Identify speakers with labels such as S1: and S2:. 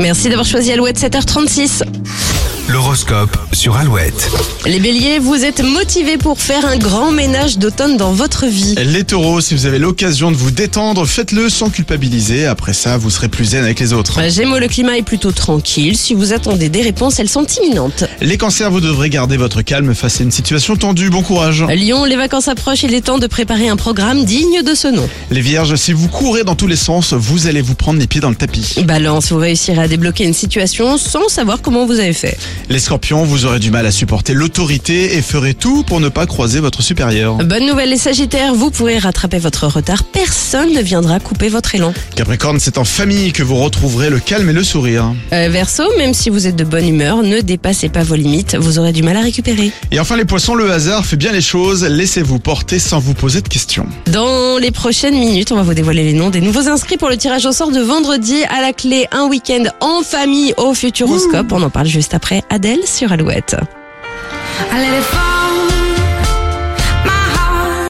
S1: Merci d'avoir choisi Alouette 7h36.
S2: L'horoscope sur Alouette.
S1: Les béliers, vous êtes motivés pour faire un grand ménage d'automne dans votre vie.
S3: Les taureaux, si vous avez l'occasion de vous détendre, faites-le sans culpabiliser. Après ça, vous serez plus zen avec les autres.
S1: Euh, Gémeaux, le climat est plutôt tranquille. Si vous attendez des réponses, elles sont imminentes.
S3: Les cancers, vous devrez garder votre calme face à une situation tendue. Bon courage.
S1: Lyon, les vacances approchent, il est temps de préparer un programme digne de ce nom.
S3: Les vierges, si vous courez dans tous les sens, vous allez vous prendre les pieds dans le tapis.
S1: Balance, vous réussirez à débloquer une situation sans savoir comment vous avez fait.
S3: Les scorpions, vous aurez du mal à supporter l'autorité et ferez tout pour ne pas croiser votre supérieur.
S1: Bonne nouvelle les sagittaires, vous pourrez rattraper votre retard. Personne ne viendra couper votre élan.
S3: Capricorne, c'est en famille que vous retrouverez le calme et le sourire.
S1: Euh, verso, même si vous êtes de bonne humeur, ne dépassez pas vos limites, vous aurez du mal à récupérer.
S3: Et enfin les poissons, le hasard fait bien les choses. Laissez-vous porter sans vous poser de questions.
S1: Dans les prochaines minutes, on va vous dévoiler les noms des nouveaux inscrits pour le tirage au sort de vendredi à la clé un week-end en famille au Futuroscope. On en parle juste après Adèle sur Alouette.
S4: I let it fall.